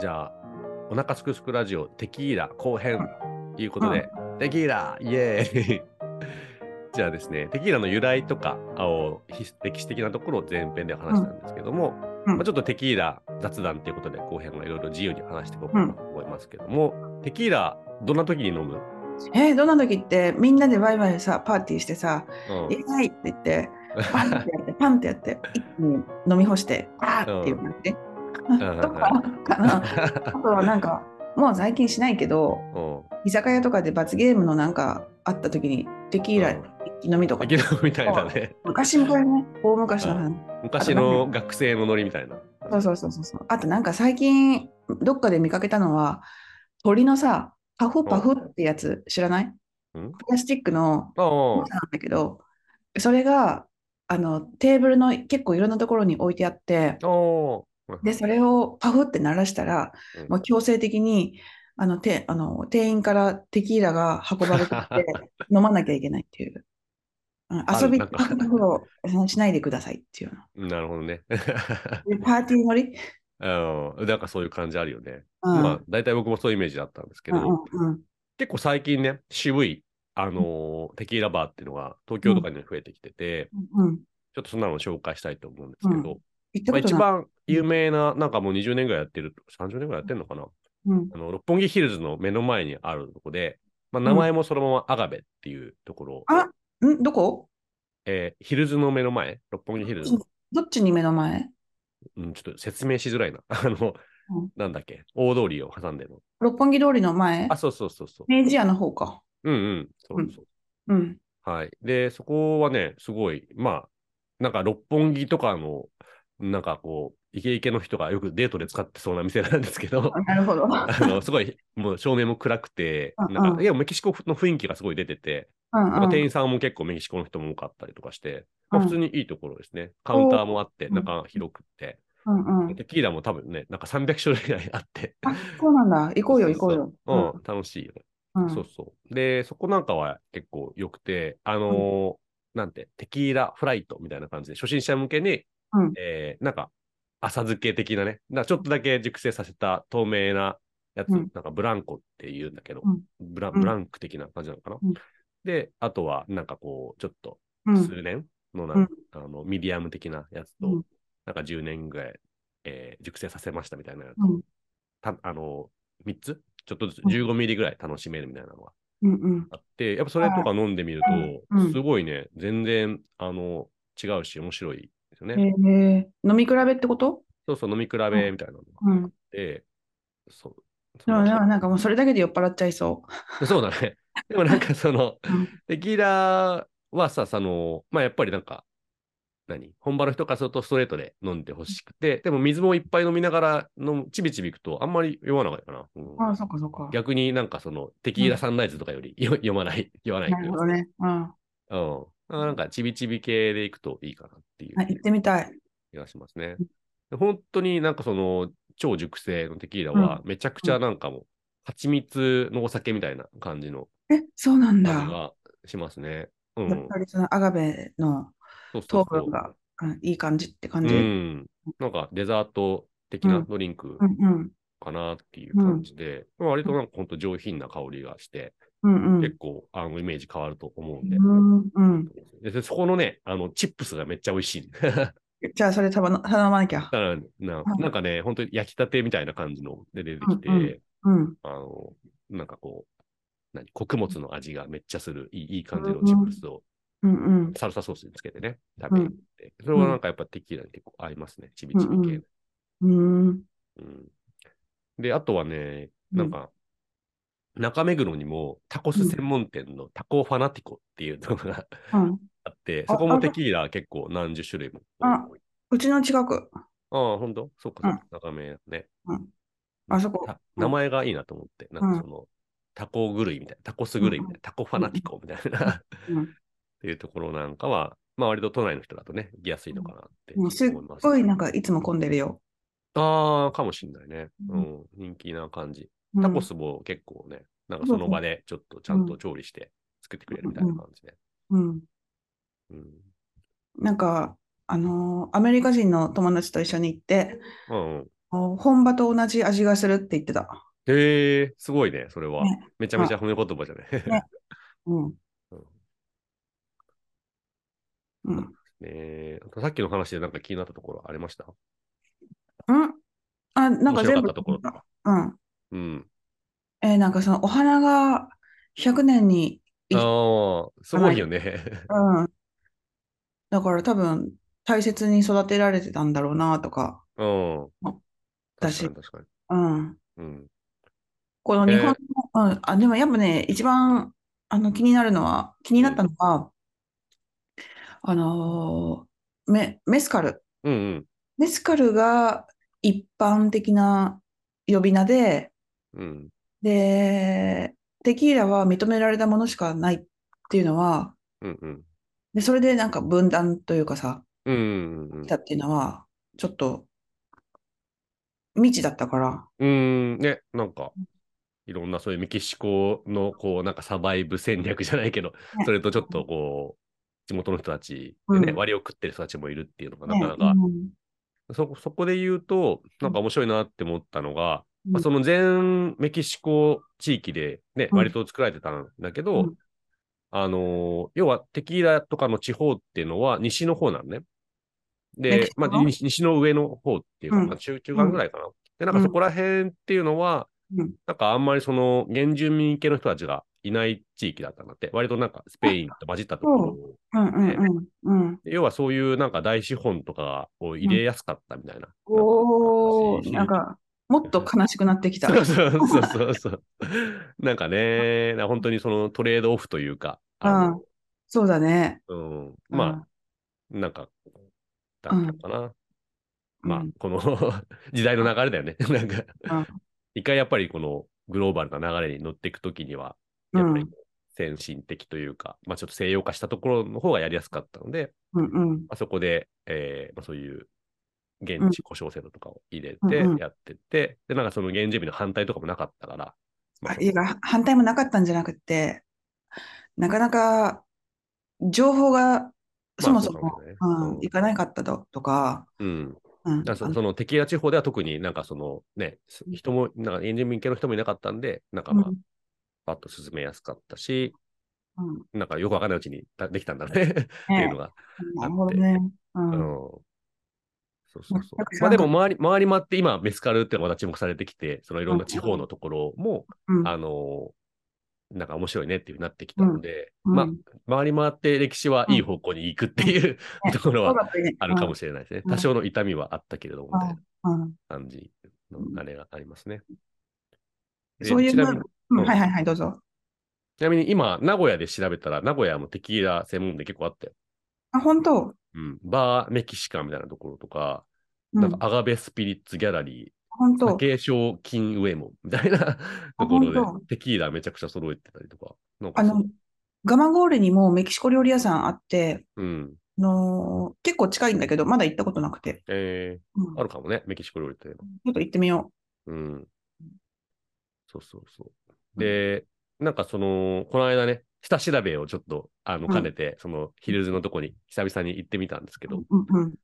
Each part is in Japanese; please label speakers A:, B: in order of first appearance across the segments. A: じゃあ、お腹すくすくラジオテキーラ後編ということで、テキーライエーイ じゃあですね、テキーラの由来とか、あおひ歴史的なところを前編で話したんですけども、
B: うん
A: まあ、ちょっとテキーラ雑談ということで、後編はいろいろ自由に話していこうかなと思いますけども、テキーラ、どんな時に飲む、
B: えーどんな時ってみんなでワイワイさパーティーしてさ「
A: う
B: イ
A: ん
B: エーイ!」って言ってパンってやってパンってやって一気に飲み干してあーっていう感じ、
A: ん
B: とかかなあとはなんかもう最近しないけど
A: うん
B: 居酒屋とかで罰ゲームのなんかあった時にテキーラ
A: う
B: 一
A: ん
B: 気飲みとか、
A: テキーラみたいなね、
B: 昔昔ね大昔の話、
A: 昔の学生のノリみたいな。
B: そうそうそうそうそうあとなんか最近どっかで見かけたのは鳥のさパフパフってやつ知らない
A: うん
B: プラスチックの
A: あ
B: なんだけど、それがあのテーブルの結構いろんなところに置いてあって、
A: あ、おー
B: で、それをパフって鳴らしたら、
A: うん
B: もう強制的にあのてあの店員からテキーラが運ばれてき て飲まなきゃいけないっていう。うん、
A: ある
B: 遊び、
A: なんか
B: パフパフをうんしないでくださいって いうの
A: なるほどね。
B: でパーティー乗り、
A: うん、なんかそういう感じあるよね。
B: うん、
A: まあ、大体僕もそういうイメージだったんですけ
B: う
A: ど、
B: んうんうん
A: 結構最近ね、渋い、あのーテキーラバーっていうのが東京とかにも増えてきてて、
B: うんうん。
A: ちょっとそんなの紹介したいと思うんですけど、
B: 行った
A: まあ、
B: こと
A: 一
B: ない。
A: 番有名な、なんかもう20年ぐらいやってる、30年ぐらいやってるのかな、
B: うん
A: あの六本木ヒルズの目の前にあるとこで、まあ、名前もそのままアガベっていうところ、
B: あんどこ
A: えーヒルズの目の前、六本木ヒルズの
B: どっちに目の前
A: うん、ちょっと説明しづらいな。あの、
B: うん
A: なんだっけ、大通りを挟んでるの。
B: 六本木通りの前
A: あ、そうそうそうそう。
B: 明治屋の方か。
A: うんうん、そうそう。
B: うん。
A: はい。で、そこはね、すごい、まあ、なんか六本木とかの、なんかこう、イケイケの人がよくデートで使ってそうな店なんですけど、
B: なるほど。
A: あの、すごい、もう照明も暗くて、
B: うんうん
A: なんか、いや、メキシコの雰囲気がすごい出てて、
B: うん
A: まあ
B: うん
A: 店員さんも結構メキシコの人も多かったりとかして、まあ
B: うん
A: 普通にいいところですね。カウンターもあって、
B: うん
A: 中広くって、
B: うんうん。
A: テキーラも多分ね、なんか300種類ぐらいあって、
B: あ、そうなんだ。行こうよ、
A: そう
B: 行こ
A: そうう
B: よ。
A: うん、楽しいよね。
B: うん
A: そうそう。で、そこなんかは結構良くて、あのーなんて、テキーラフライトみたいな感じで、初心者向けに、
B: うん
A: えーなんか、浅漬け的なね、なちょっとだけ熟成させた透明なやつ、
B: うん
A: なんかブランコっていうんだけど、
B: うん
A: ブラ
B: うん
A: ブランク的な感じなのかな。
B: うん
A: で、あとは、なんかこう、ちょっと
B: うん
A: 数年のな、
B: うん
A: あのミディアム的なやつと、
B: うん
A: なんか10年ぐらい、えー熟成させましたみたいなやつ、
B: うん
A: たあの3つちょっとずつ
B: うん
A: 15ミリぐらい楽しめるみたいなのが
B: うんうん
A: あって、やっぱそれとか飲んでみると、
B: うん
A: すごいね、全然あの違うし面白いですよね。
B: へえ飲み比べってこと
A: そうそう、飲み比べみたいなのがあ
B: うん。
A: って、そう。
B: でもななんかもうそれだけで酔っ払っちゃいそ
A: そうだね。でもなんかその、
B: う。うん
A: テキーラはさ、その、まあやっぱりなんか、何本場の人からするとストレートで飲んでほしくて、でも水もいっぱい飲みながら飲む、ちびちびいくとあんまり酔わなかったかな。うん
B: ああ、そっかそっか。
A: 逆になんかそのテキーラサンライズとかよりよ読まない、言わない
B: なるほどね。うん。あ
A: うん。あなんかちびちび系でいくといいかなっていう
B: 行ってみたい。
A: 気がしますね
B: う。
A: で本当になんかその超熟成のテキーラはめちゃくちゃなんかもう蜂蜜のお酒みたいな感じの
B: え、そうなんだ。
A: 味がしますね。う
B: やっ
A: ん。
B: ぱりそのアガベの
A: そうそう
B: 糖
A: そう
B: 分がうんいい感じって感
A: う
B: じ。うん
A: ん。なんかデザート的な
B: うん
A: ドリンク
B: うん
A: かなっていう感じで、割となんか本当上品な香りがして、
B: うんうん
A: 結構あのイメージ変わると思うんで。
B: うんうん。
A: でそこのね、あの、チップスがめっちゃ美味しい。
B: じゃあそれ頼ま頼まなきゃ。
A: だからな
B: うん
A: なんかね、本当に焼きたてみたいな感じので出てきて、
B: うんうんうん。
A: あの、なんかこう、何穀物の味がめっちゃするいいいい感じ
B: う
A: の
B: ん
A: チップスを
B: うんうん。
A: サルサソースにつけてね、食べるって。それはなんかやっぱテキーラに結構合いますね、ちびちび系の。
B: うん。
A: うんで、あとはね、なんか、中目黒にもタコス専門店のタコファナティコっていうのが
B: うん。
A: あって、
B: あ
A: そこもテキーラ結構何十種類も。
B: あうちの近く。
A: ああ、ほんとそっかそっか、中目ね。
B: うんあそこ
A: た
B: うん
A: 名前がいいなと思って、なんかその、タコ狂いみたいな、タコス狂いみたいな、タコファナティコみたいな、っ
B: うん
A: ていうところなんかは、まあ割と都内の人だとね、行きやすいのかなって
B: もうすっ
A: 思います。
B: ごいなんかいつも混んでるよ。
A: ああ、かもしんないね。う、
B: うん
A: 人気な感じ。
B: うん
A: タコスも結構ね、なんかその場でちょっとちゃんと調理して作ってくれるみたいな感じで。
B: うん。
A: うん。
B: なんか、あのーアメリカ人の友達と一緒に行って、
A: うんうん。
B: 本場と同じ味がするって言ってた。
A: へえ、すごいね、それは。
B: ね
A: めちゃめちゃ褒め言葉じゃない。
B: うん。うん。
A: ねあとさっきの話でなんか気になったところありました
B: うん。あ、なんか
A: 面白かっ
B: 全部
A: たところだ。
B: うん。
A: うん。
B: えーなんかそのお花が100年に、い
A: ああ、すごいよね。
B: うん。だから多分大切に育てられてたんだろうなとか、
A: うん。
B: だ
A: 確か
B: し
A: に確かに。
B: うん。
A: うん。
B: この日本
A: え
B: の、うん、あ、でもやっぱね、一番あの気になるのは、気になったのは、あのーメ、メスカル。
A: うんうん。
B: メスカルが一般的な呼び名で、
A: うん。
B: で、テキーラは認められたものしかないっていうのは、
A: うんうん。
B: で、それでなんか分断というかさ、
A: うんうんうん
B: 来たっていうのは、ちょっと未知だったから、
A: うん。うん。ね、なんか、いろんなそういうメキシコの、こう、なんかサバイブ戦略じゃないけ ど、それとちょっとこう、地元の人たちでね、
B: うん
A: 割を食ってる人たちもいるっていうのが、な
B: ね、
A: かなか、
B: うん
A: そ、そこで言うと、なんか面白いなって思ったのが、
B: うん
A: まあ、その全メキシコ地域でね、
B: うん
A: 割と作られてたんだけど、
B: うん
A: あのー要はテキーラとかの地方っていうのは西の方なのね。
B: メキ
A: で
B: シ、コ
A: ま
B: の
A: あ、西西の上の方っていうか、
B: うん
A: まあ中中間ぐらいかな。で、なんかそこら辺っていうのは、
B: うん
A: なんかあんまりその原住民系の人たちがいない地域だったんだって、割となんかスペインと混じったところを
B: うんうんうんうん。
A: で要はそういうなんか大資本とかを入れやすかったみたいな。な
B: お
A: んか
B: ー、なんか、もっと悲しくなってきた。
A: そう そうそう そうそう。なんかね、本当にそのトレードオフというか、あの
B: そうだね。
A: うん、まあ、なんか、だったのかな。
B: うん
A: まあ、この 時代の流れだよね。 なんか、
B: あ、
A: 一回やっぱりこのグローバルな流れに乗っていくときには、
B: う
A: やっ
B: ん
A: ぱり先進的というか、まあちょっと西洋化したところの方がやりやすかったので、
B: うんうん
A: まあ、そこで、えーまあ、そういう現地故障制度とかを入れ
B: う
A: て
B: んうん
A: やってって、で、なんかその原住民の反対とかもなかったから、ま
B: あ
A: あ、
B: いや反対もなかったんじゃなくて、なかなか情報がそもそ
A: まあ
B: も
A: そうだね
B: うん
A: うん
B: いかなかったととか、
A: うん。
B: う
A: だか
B: ん
A: ら
B: あ
A: そそのテキーラ地方では特になんかそのね、す
B: うん
A: 人も、なんか原住民系の人もいなかったんで、なんか
B: の
A: まあ、パッと進めやすかったし、
B: うんうん
A: なんかよくわかんないうちにだできたんだね ってい
B: ね
A: うのが。
B: なるほどね。う
A: うんんそうそうそう
B: 全く知
A: ま
B: ら
A: あ
B: な
A: で
B: かった
A: も回り、回り回って今、メスカルっていうのがまた注目されてきて、そのいろんな地方のところも、
B: うん
A: あのーなんか面白いねっていうふうになってきたので、
B: うん
A: まあ、回り回って歴史はいい方向に行くっていう、
B: う ん
A: ところ
B: そう
A: は
B: だったね
A: あるかもしれないですね。
B: うん
A: 多少の痛みはあったけれども、みたいな。
B: うんうん
A: 感じの
B: うん
A: あれがありますね。で
B: そういう
A: ちなみ
B: の
A: に、
B: うん
A: うん
B: はいはいはい、どうぞ。
A: ちなみに今、名古屋で調べたら、名古屋もテキーラ専門店結構あったよ。
B: あ、本当
A: うん、バーメキシカンみたいなところとか、
B: う
A: なん
B: ん
A: か、アガベスピリッツギャラリ
B: 本
A: ー、
B: 当
A: 竹賞金ウエモンみたいなとこ
B: ほ
A: ろ
B: ん
A: で、テキーラめちゃくちゃ揃えてたりとか。なんか
B: あの、ガマゴールにもメキシコ料理屋さんあって、
A: うん。
B: あのー結構近いんだけど、まだ行ったことなくて、
A: え
B: うん
A: ー、あるかもね、メキシコ料理って。
B: ちょっと行ってみよ
A: うん。そうそうそう。で、なんかその、この間ね、下調べをちょっと、あの、
B: うん
A: 兼ねて、その、ヒルズのとこに久々に行ってみたんですけ
B: う
A: ど、。
B: うんうん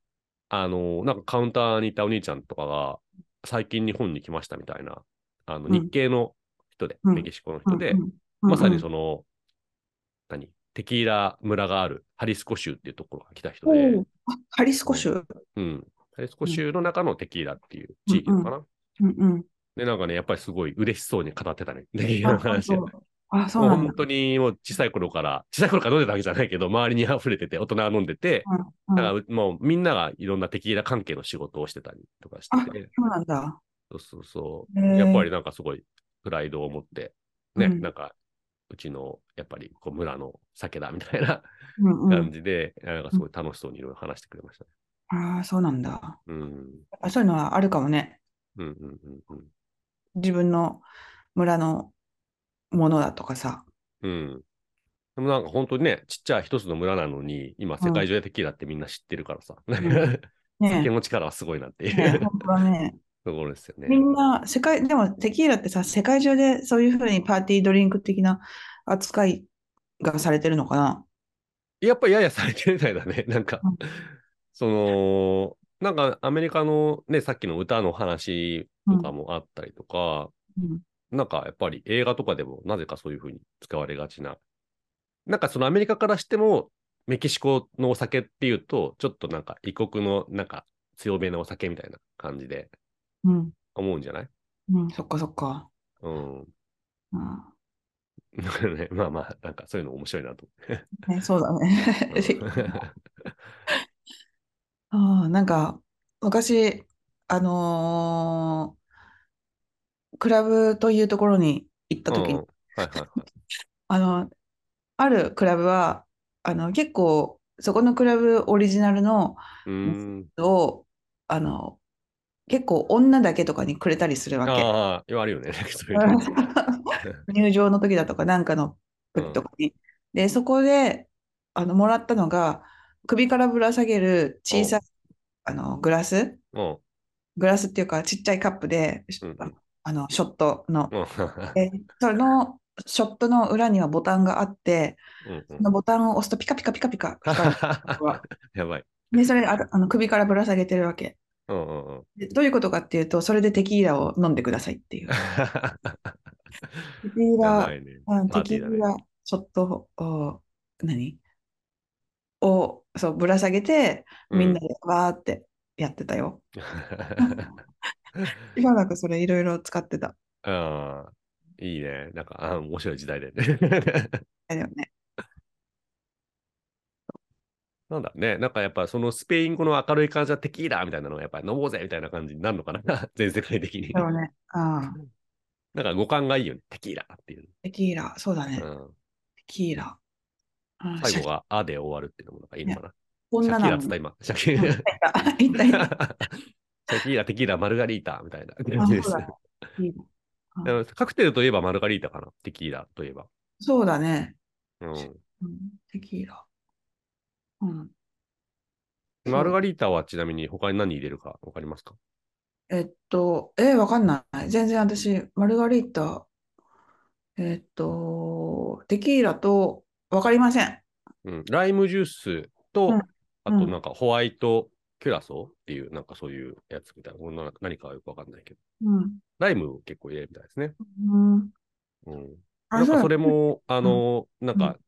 A: あの、なんかカウンターにいたお兄ちゃんとかが、最近日本に来ましたみたいな、あの、
B: うん
A: 日系の人で、
B: うん
A: メキシコの人で、
B: うんうん
A: まさ
B: うんう
A: に
B: ん
A: その、何テキーラ村があるハリスコ州っていうところが来た人で、
B: おーあハリスコ州。
A: うん。ハリスコ州の中のテキーラっていう地域なのかな、
B: うんうん。
A: で、なんかね、やっぱりすごい嬉しそうに語ってたね。テキーラの話を。
B: あ、そう
A: もう
B: なん
A: 本
B: だ。
A: 当にもう小さい頃から、小さい頃から飲んでたわけじゃないけど、周りに溢れてて、大人は飲んでて、
B: うん
A: だからうもうみんながいろんなテキーラ関係の仕事をしてたりとかしてて、
B: そうなんだ。
A: そうそうそ
B: へ
A: う。
B: ー
A: やっぱりなんかすごいプライドを持って、ね、
B: うん
A: なんか、うちの、やっぱりこう村の酒だみたいな
B: うんう
A: 感
B: ん。
A: じで、なんかすごい楽しそうにいろいろ話してくれましたね。
B: ああ、そうなんだ。
A: うん。
B: あそういうのはあるかもね。
A: うんうんうんうん。
B: 自分の村のものだとかさ。
A: うん。でもなんか本当にね、ちっちゃい一つの村なのに、今世界中でテキーラってみんな知ってるからさ、
B: ん
A: 酒
B: ね
A: の力はすごいなってい
B: え。ね
A: う
B: 本当はね。
A: ところですよね。
B: みんな、世界、でもテキーラってさ、世界中でそういうふうにパーティードリンク的な扱いがされてるのかな。
A: やっぱりややされてるみたいだね。なんか
B: うん、
A: その、なんかアメリカのね、さっきの歌の話とかもあったりとか、
B: うん
A: なんかやっぱり映画とかでもなぜかそういうふうに使われがちな。なんかそのアメリカからしても、メキシコのお酒っていうと、ちょっとなんか異国のなんか強めのお酒みたいな感じで
B: うん、
A: 思うんじゃない
B: うん、そっかそっか。
A: うん。
B: うん
A: だからね、まあまあ、なんかそういうの面白いな と。
B: ね、そうだね。 ああ、なんか、昔、あのークラブというところに行った時
A: うん
B: に、
A: はいはい はい。
B: あの、あるクラブは、あの、結構、そこのクラブオリジナルの
A: うーん。
B: を、あの、結構女だけとかにくれたりするわけ。
A: ああ、あるよ ね。そういうの
B: 入場の時だとか、なんかの時とかに。で、そこで、あの、もらったのが、首からぶら下げる小さい、あの、グラス。
A: うん
B: グラスっていうかちっちゃいカップで、
A: うん
B: ああのショットの、
A: うん
B: でそのショットの裏にはボタンがあって
A: うんう
B: そ
A: ん
B: のボタンを押すとピカピカピカピカ光る
A: やばい。
B: でそれああの首からぶら下げてるわけ
A: うんうんうん。
B: でどういうことかっていうとそれでテキーラを飲んでください っていうテキー
A: や
B: ラ
A: ばいね。
B: うん
A: パー
B: テ
A: テ
B: キ
A: ィーだね
B: ーラショットを何をそうぶら下げてみんなでわーってやってたよ、 しばらくそれいろいろ使ってた
A: うん。ああ、いいね。なんか、あー面白い時代だよね。
B: だよね
A: なんだね。なんかやっぱそのスペイン語の明るい感じはテキーラみたいなのをやっぱり飲もうぜみたいな感じになるのかな。 全世界的に。
B: だよねああ
A: なんか語感がいいよね。テキーラっていう。
B: テキーラ、そうだね、
A: う
B: テ
A: ん、
B: キーラ。うんシャ
A: 最
B: キ
A: 後があで終わるっていうのもなんかいいのか な。シ
B: 女
A: ャキー
B: な
A: ラ
B: の
A: っつっ
B: に
A: た。今。シャキ ーラ。
B: 一体、あ
A: テキーラ、テキーラ、マルガリータみたいな感じ
B: そ
A: で
B: う
A: す
B: だね。テキーラ
A: でもカクテルといえばマルガリータかな、テキーラといえば。
B: そうだね。
A: うん、
B: うんテキーラ。うん。
A: マルガリータはちなみに他に何入れるかわかりますか
B: えっと、えー、わかんない。全然私、マルガリータ、えっと、テキーラと、わかりません。
A: うん、ライムジュースと、
B: うん
A: あとなんかホワイトキュラソーっていう、なんかそういうやつみたいな、こんな何かはよくわかんないけど、
B: うん。
A: ライムを結構入れるみたいですね。
B: うん、
A: うん、
B: あ
A: なん
B: そ
A: か
B: うだ
A: それも、あの、なんか、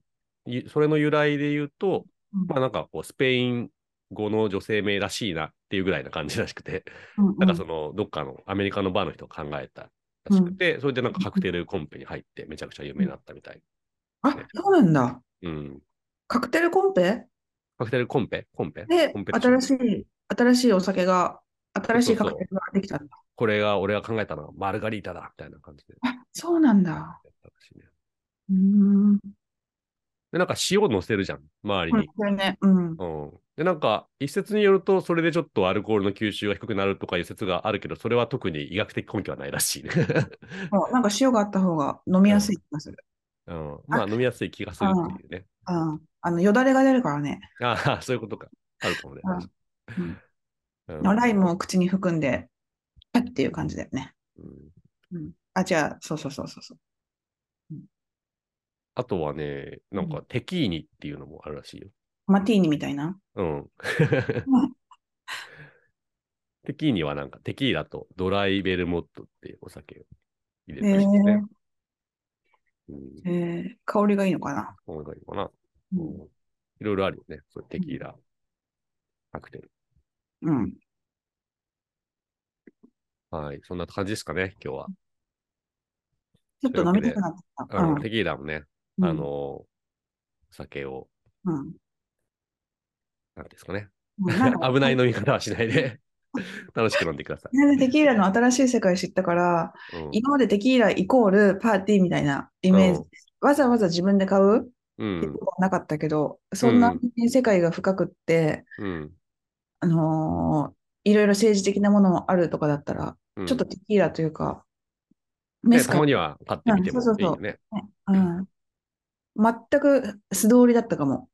A: いそれの由来で言うと、
B: うん
A: まあなんかこう、スペイン語の女性名らしいなっていうぐらいな感じらしくて、
B: うんうん
A: なんかその、どっかのアメリカのバーの人が考えたらしくて、それでなんかカクテルコンペに入ってめちゃくちゃ有名になったみたい。
B: あ、そうなんだ。
A: うん。
B: カクテルコンペ
A: カクテルコンペコンペ
B: で
A: コンペ、ティション
B: 新しい、新しいお酒が、新しいカクテルができたんだ。
A: これが俺が考えたのはマルガリータだみたいな感じでや
B: あ、そうなんだ。
A: ったらしいね。
B: うーん。
A: で、なんか塩乗せるじゃん、周り
B: うん
A: に。
B: それね。うん。
A: うん。で、なんか、一説によると、それでちょっとアルコールの吸収が低くなるとかいう説があるけど、それは特に医学的根拠はないらしいね。
B: そうなんか塩があった方が飲みやすい気がする。
A: うん。まあ、飲みやすい気がするっていうね。
B: うん。あの、よだれが出るからね。
A: ああ、そういうことか。あるかもね。うん
B: ライムを口に含んで、パッっていう感じだよね。
A: うん
B: うん。あ、じゃあ、そうそうそうそうそう。
A: あとはね、なん
B: う
A: かテキーニっていうのもあるらしいよ。
B: マティーニみたいな。
A: うん。テキーニはなんかテキーラとドライベルモットっていうお酒を入れてるしいですね。うん、
B: えー、香りがいいのかな。
A: こんな感じかな。
B: う
A: うんいろいろあるよね。そうテキーラ、カクテル。
B: ん。うん。
A: はい。そんな感じですかね、今日は。
B: ちょっと飲みたくなってきた。
A: あの
B: うん
A: テキーラもね、あ、のお酒を、
B: うん。うん
A: なんですかね。
B: なんか
A: 危ない飲み方はしないで、楽しく飲んでくださ
B: みんなでテキーラの新しい世界知ったから、
A: い。うん
B: 今までテキーライコールパーティーみたいなイメージ。わざわざ自分で買う
A: うん。
B: なかったけど、そんな世界が深くって、
A: うん。
B: あのーいろいろ政治的なものもあるとかだったら、
A: うん
B: ちょっとテキーラというか、メ
A: ね、
B: ス
A: た
B: か、
A: まにはパッて見ても
B: うんそうそう
A: いい
B: そう
A: よね。
B: うん、全く素通りだったかも。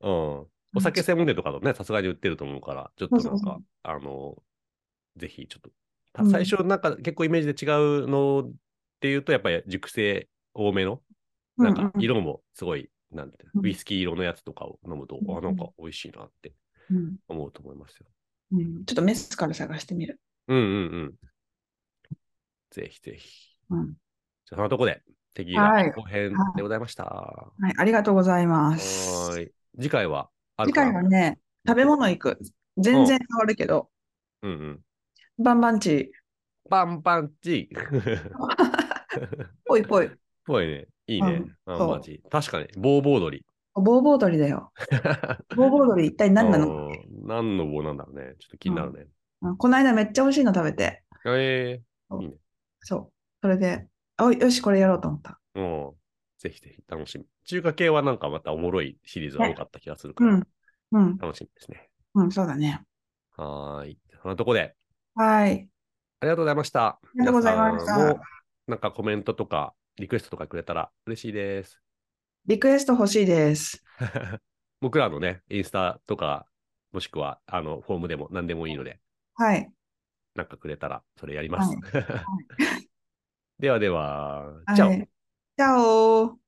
A: うん、お酒専門店とかだとね、さすがに売ってると思うから、ちょっとなんか、
B: そうそうそう
A: あの、ぜひちょっと、た
B: うん
A: 最初なんか結構イメージで違うのっていうと、やっぱり熟成多めの、なん
B: うん
A: か
B: うん
A: 色もすごい、なんて、
B: うん
A: ウイスキー色のやつとかを飲むと、
B: うん
A: あ、なんか美味しいなって
B: うん
A: 思うと思いますよ。
B: うん、ちょっとメスから探してみる。
A: うんうんうん。ぜひぜひ。
B: うん
A: じゃあ、そのとこで、テキー
B: はい
A: ラ後編でございました。は
B: はい、ありがとうございます。
A: ーい。次回はある
B: 次
A: かな
B: 回はね、食べ物行く。全然変わるけど、
A: うんうん。
B: バンバンチ
A: パンパンチ ー。
B: ぽいぽい。
A: ぽいね。いいね。
B: ん
A: あマジ。確かに、ボーボー鳥。
B: ボーボー鳥だよ。ボーボー鳥一体何なの
A: うん何の棒なんだろうね。ちょっと気になるね。
B: うんこの間めっちゃ美味しいの食べて。
A: え
B: そう。それで、あよし、これやろうと思った。
A: えもう、ぜひぜひ楽しみ。中華系はなんかまたおもろいシリーズが多かった気がするか
B: う
A: ら、
B: ん。うん。
A: 楽しみですね。
B: うん、そうだね。
A: はーい。そんなとこで、
B: はい。
A: ありがとうございました。あ
B: りがとうございました
A: なんかコメントとか、リクエストとかくれたら嬉しいです。
B: リクエスト欲しいです。
A: 僕らのね、インスタとか、もしくは、あの、フォームでも何でもいいので、
B: はい。
A: なんかくれたら、それやります。
B: はい
A: ではでは、
B: はい
A: チャオ、
B: チャオ